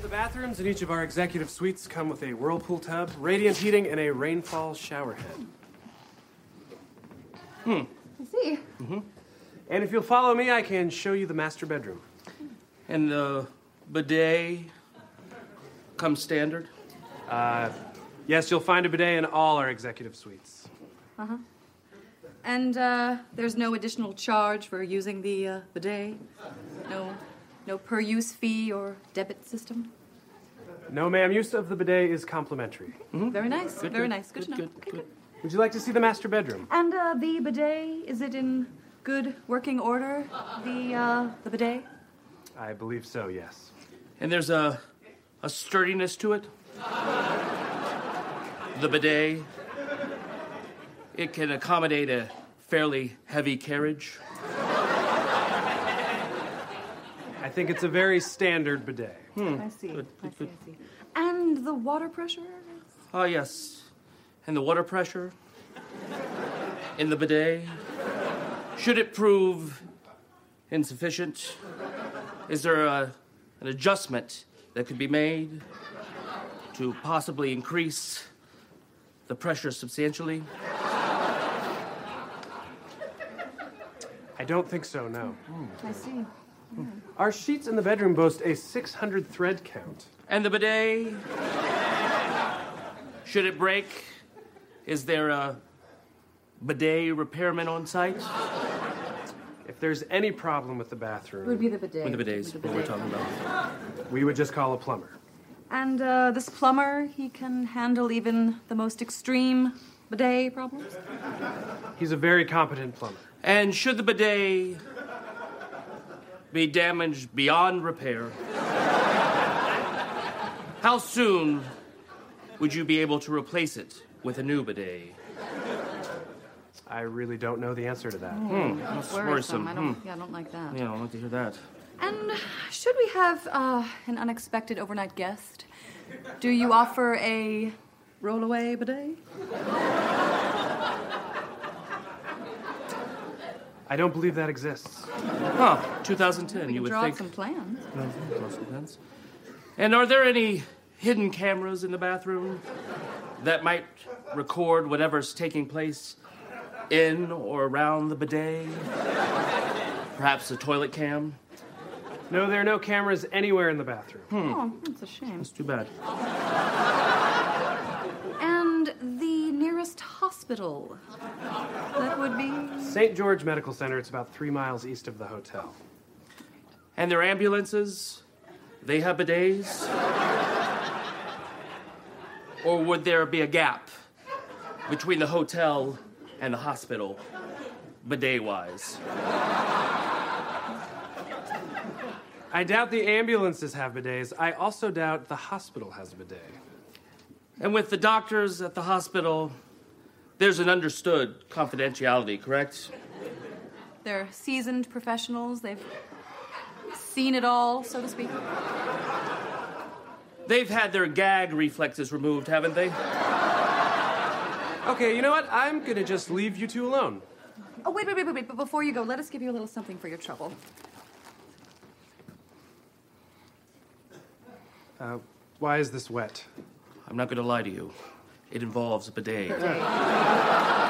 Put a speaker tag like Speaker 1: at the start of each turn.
Speaker 1: The bathrooms in each of our executive suites come with a whirlpool tub, radiant heating, and a rainfall shower head.
Speaker 2: I see.
Speaker 1: And if you'll follow me, I can show you the master bedroom.
Speaker 3: And the bidet comes standard.
Speaker 1: Yes, you'll find a bidet in all our executive suites.
Speaker 2: And uh, there's no additional charge for using the uh, bidet. No, no per use fee or debit system.
Speaker 1: No, ma'am, use of the bidet is complimentary.
Speaker 2: Very nice. Very nice. Hmm. Good, to know. okay, good.
Speaker 1: Would you like to see the master bedroom?
Speaker 2: And uh, the bidet is it in good working order? The uh, the bidet.
Speaker 1: I believe so, yes.
Speaker 3: And there's a, a sturdiness to it. the bidet. It can accommodate a fairly heavy carriage.
Speaker 1: I think it's a very standard bidet.
Speaker 2: I see. I see. I see. And the water pressure.
Speaker 3: Ah, yes. And the water pressure in the bidet. Should it prove insufficient, is there a, an adjustment that could be made to possibly increase the pressure substantially?
Speaker 1: I don't think so, no.
Speaker 2: I see.
Speaker 1: Our sheets in the bedroom boast a 600 thread count.
Speaker 3: And the bidet? Should it break? Is there a bidet repairman on site?
Speaker 1: If there's any problem with the
Speaker 2: It would
Speaker 1: bathroom,
Speaker 2: be the bidet.
Speaker 3: With the bidets, what we're talking about.
Speaker 1: we would just call a plumber.
Speaker 2: And uh, this plumber, he can handle even the most extreme bidet problems.
Speaker 1: He's a very competent plumber.
Speaker 3: And should the bidet be damaged beyond repair, how soon would you be able to replace it with a new bidet?
Speaker 1: I really don't know the answer to that.
Speaker 3: That's
Speaker 2: Worrisome.
Speaker 3: worrisome.
Speaker 2: I don't. Yeah, I don't like that.
Speaker 3: Hmm. Yeah, I don't like to hear that.
Speaker 2: And should we have uh, an unexpected overnight guest? Do you offer a rollaway bidet?
Speaker 1: I don't believe that exists.
Speaker 3: Huh, 2010,
Speaker 2: We
Speaker 3: you
Speaker 2: can
Speaker 3: would
Speaker 2: draw
Speaker 3: think.
Speaker 2: up some plans.
Speaker 3: Consequence. And are there any hidden cameras in the bathroom that might record whatever's taking place in or around the bidet? Perhaps a toilet cam?
Speaker 1: No, there are no cameras anywhere in the bathroom.
Speaker 3: Hmm.
Speaker 2: Oh, that's a shame.
Speaker 3: That's too bad.
Speaker 2: And the nearest hospital. That would be.
Speaker 1: St. George Medical Center, it's about three miles east of the hotel.
Speaker 3: And their ambulances? They have bidets? or would there be a gap between the hotel and the hospital, bidet wise?
Speaker 1: I doubt the ambulances have bidets. I also doubt the hospital has a bidet.
Speaker 3: And with the doctors at the hospital, there's an understood confidentiality, correct?
Speaker 2: They're seasoned professionals. They've seen it all, so to speak.
Speaker 3: They've had their gag reflexes removed, haven't they?
Speaker 1: Okay, you know what? I'm gonna just leave you two alone.
Speaker 2: Oh, wait, wait, wait, wait, wait. But before you go, let us give you a little something for your trouble.
Speaker 1: Why is this wet?
Speaker 3: I'm not gonna lie to you. It involves a bidet.